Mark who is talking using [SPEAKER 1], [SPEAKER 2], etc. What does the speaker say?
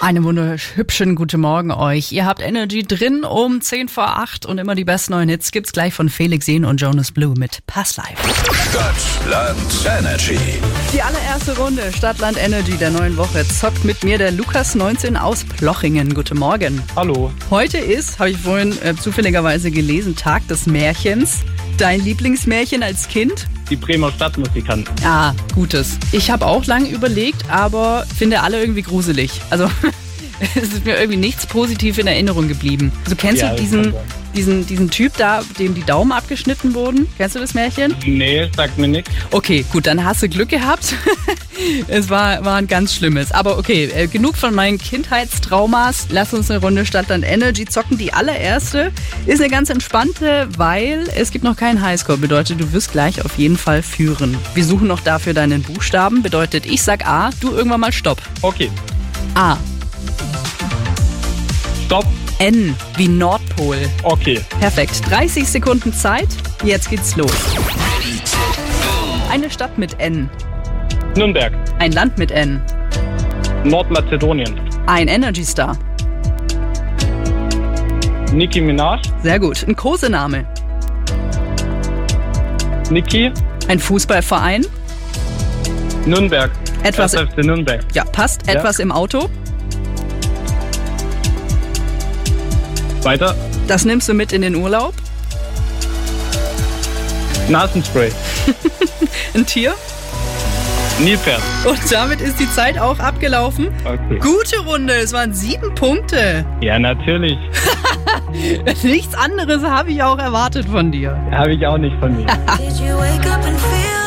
[SPEAKER 1] Einen wunderhübschen guten Morgen euch. Ihr habt Energy drin um 10 vor 8 und immer die besten neuen Hits gibt's gleich von Felix Sehn und Jonas Blue mit Pass Live.
[SPEAKER 2] Stadtland Energy.
[SPEAKER 1] Die allererste Runde Stadtland Energy der neuen Woche zockt mit mir der Lukas 19 aus Plochingen. Guten Morgen.
[SPEAKER 3] Hallo.
[SPEAKER 1] Heute ist, habe ich vorhin äh, zufälligerweise gelesen, Tag des Märchens. Dein Lieblingsmärchen als Kind?
[SPEAKER 3] Die Bremer Stadtmusikanten.
[SPEAKER 1] Ah, gutes. Ich habe auch lange überlegt, aber finde alle irgendwie gruselig. Also es ist mir irgendwie nichts positiv in Erinnerung geblieben. Also kennst
[SPEAKER 3] Ja,
[SPEAKER 1] du
[SPEAKER 3] das
[SPEAKER 1] diesen,
[SPEAKER 3] kann sein.
[SPEAKER 1] diesen, diesen Typ da, dem die Daumen abgeschnitten wurden? Kennst du das Märchen?
[SPEAKER 3] Nee, sagt mir nichts.
[SPEAKER 1] Okay, gut, dann hast du Glück gehabt. es war, war ein ganz schlimmes. Aber okay, äh, genug von meinen Kindheitstraumas. Lass uns eine Runde Stadtland Energy zocken. Die allererste ist eine ganz entspannte, weil es gibt noch keinen Highscore. Bedeutet, du wirst gleich auf jeden Fall führen. Wir suchen noch dafür deinen Buchstaben. Bedeutet, ich sag A, du irgendwann mal Stopp.
[SPEAKER 3] Okay.
[SPEAKER 1] A.
[SPEAKER 3] Stopp.
[SPEAKER 1] N wie Nordpol.
[SPEAKER 3] Okay.
[SPEAKER 1] Perfekt. 30 Sekunden Zeit. Jetzt geht's los. Eine Stadt mit N.
[SPEAKER 3] Nürnberg.
[SPEAKER 1] Ein Land mit N.
[SPEAKER 3] Nordmazedonien.
[SPEAKER 1] Ein Energy Star.
[SPEAKER 3] Niki Minaj.
[SPEAKER 1] Sehr gut. Ein Kosename.
[SPEAKER 3] Niki.
[SPEAKER 1] Ein Fußballverein.
[SPEAKER 3] Nürnberg.
[SPEAKER 1] Etwas-
[SPEAKER 3] SFC Nürnberg.
[SPEAKER 1] Ja, passt. Etwas im Auto.
[SPEAKER 3] Weiter.
[SPEAKER 1] Das nimmst du mit in den Urlaub.
[SPEAKER 3] Nasenspray.
[SPEAKER 1] Ein Tier.
[SPEAKER 3] Nilpferd.
[SPEAKER 1] Und damit ist die Zeit auch abgelaufen.
[SPEAKER 3] Okay.
[SPEAKER 1] Gute Runde. Es waren sieben Punkte.
[SPEAKER 3] Ja, natürlich.
[SPEAKER 1] Nichts anderes habe ich auch erwartet von dir.
[SPEAKER 3] Habe ich auch nicht von mir.
[SPEAKER 4] Did you wake up and feel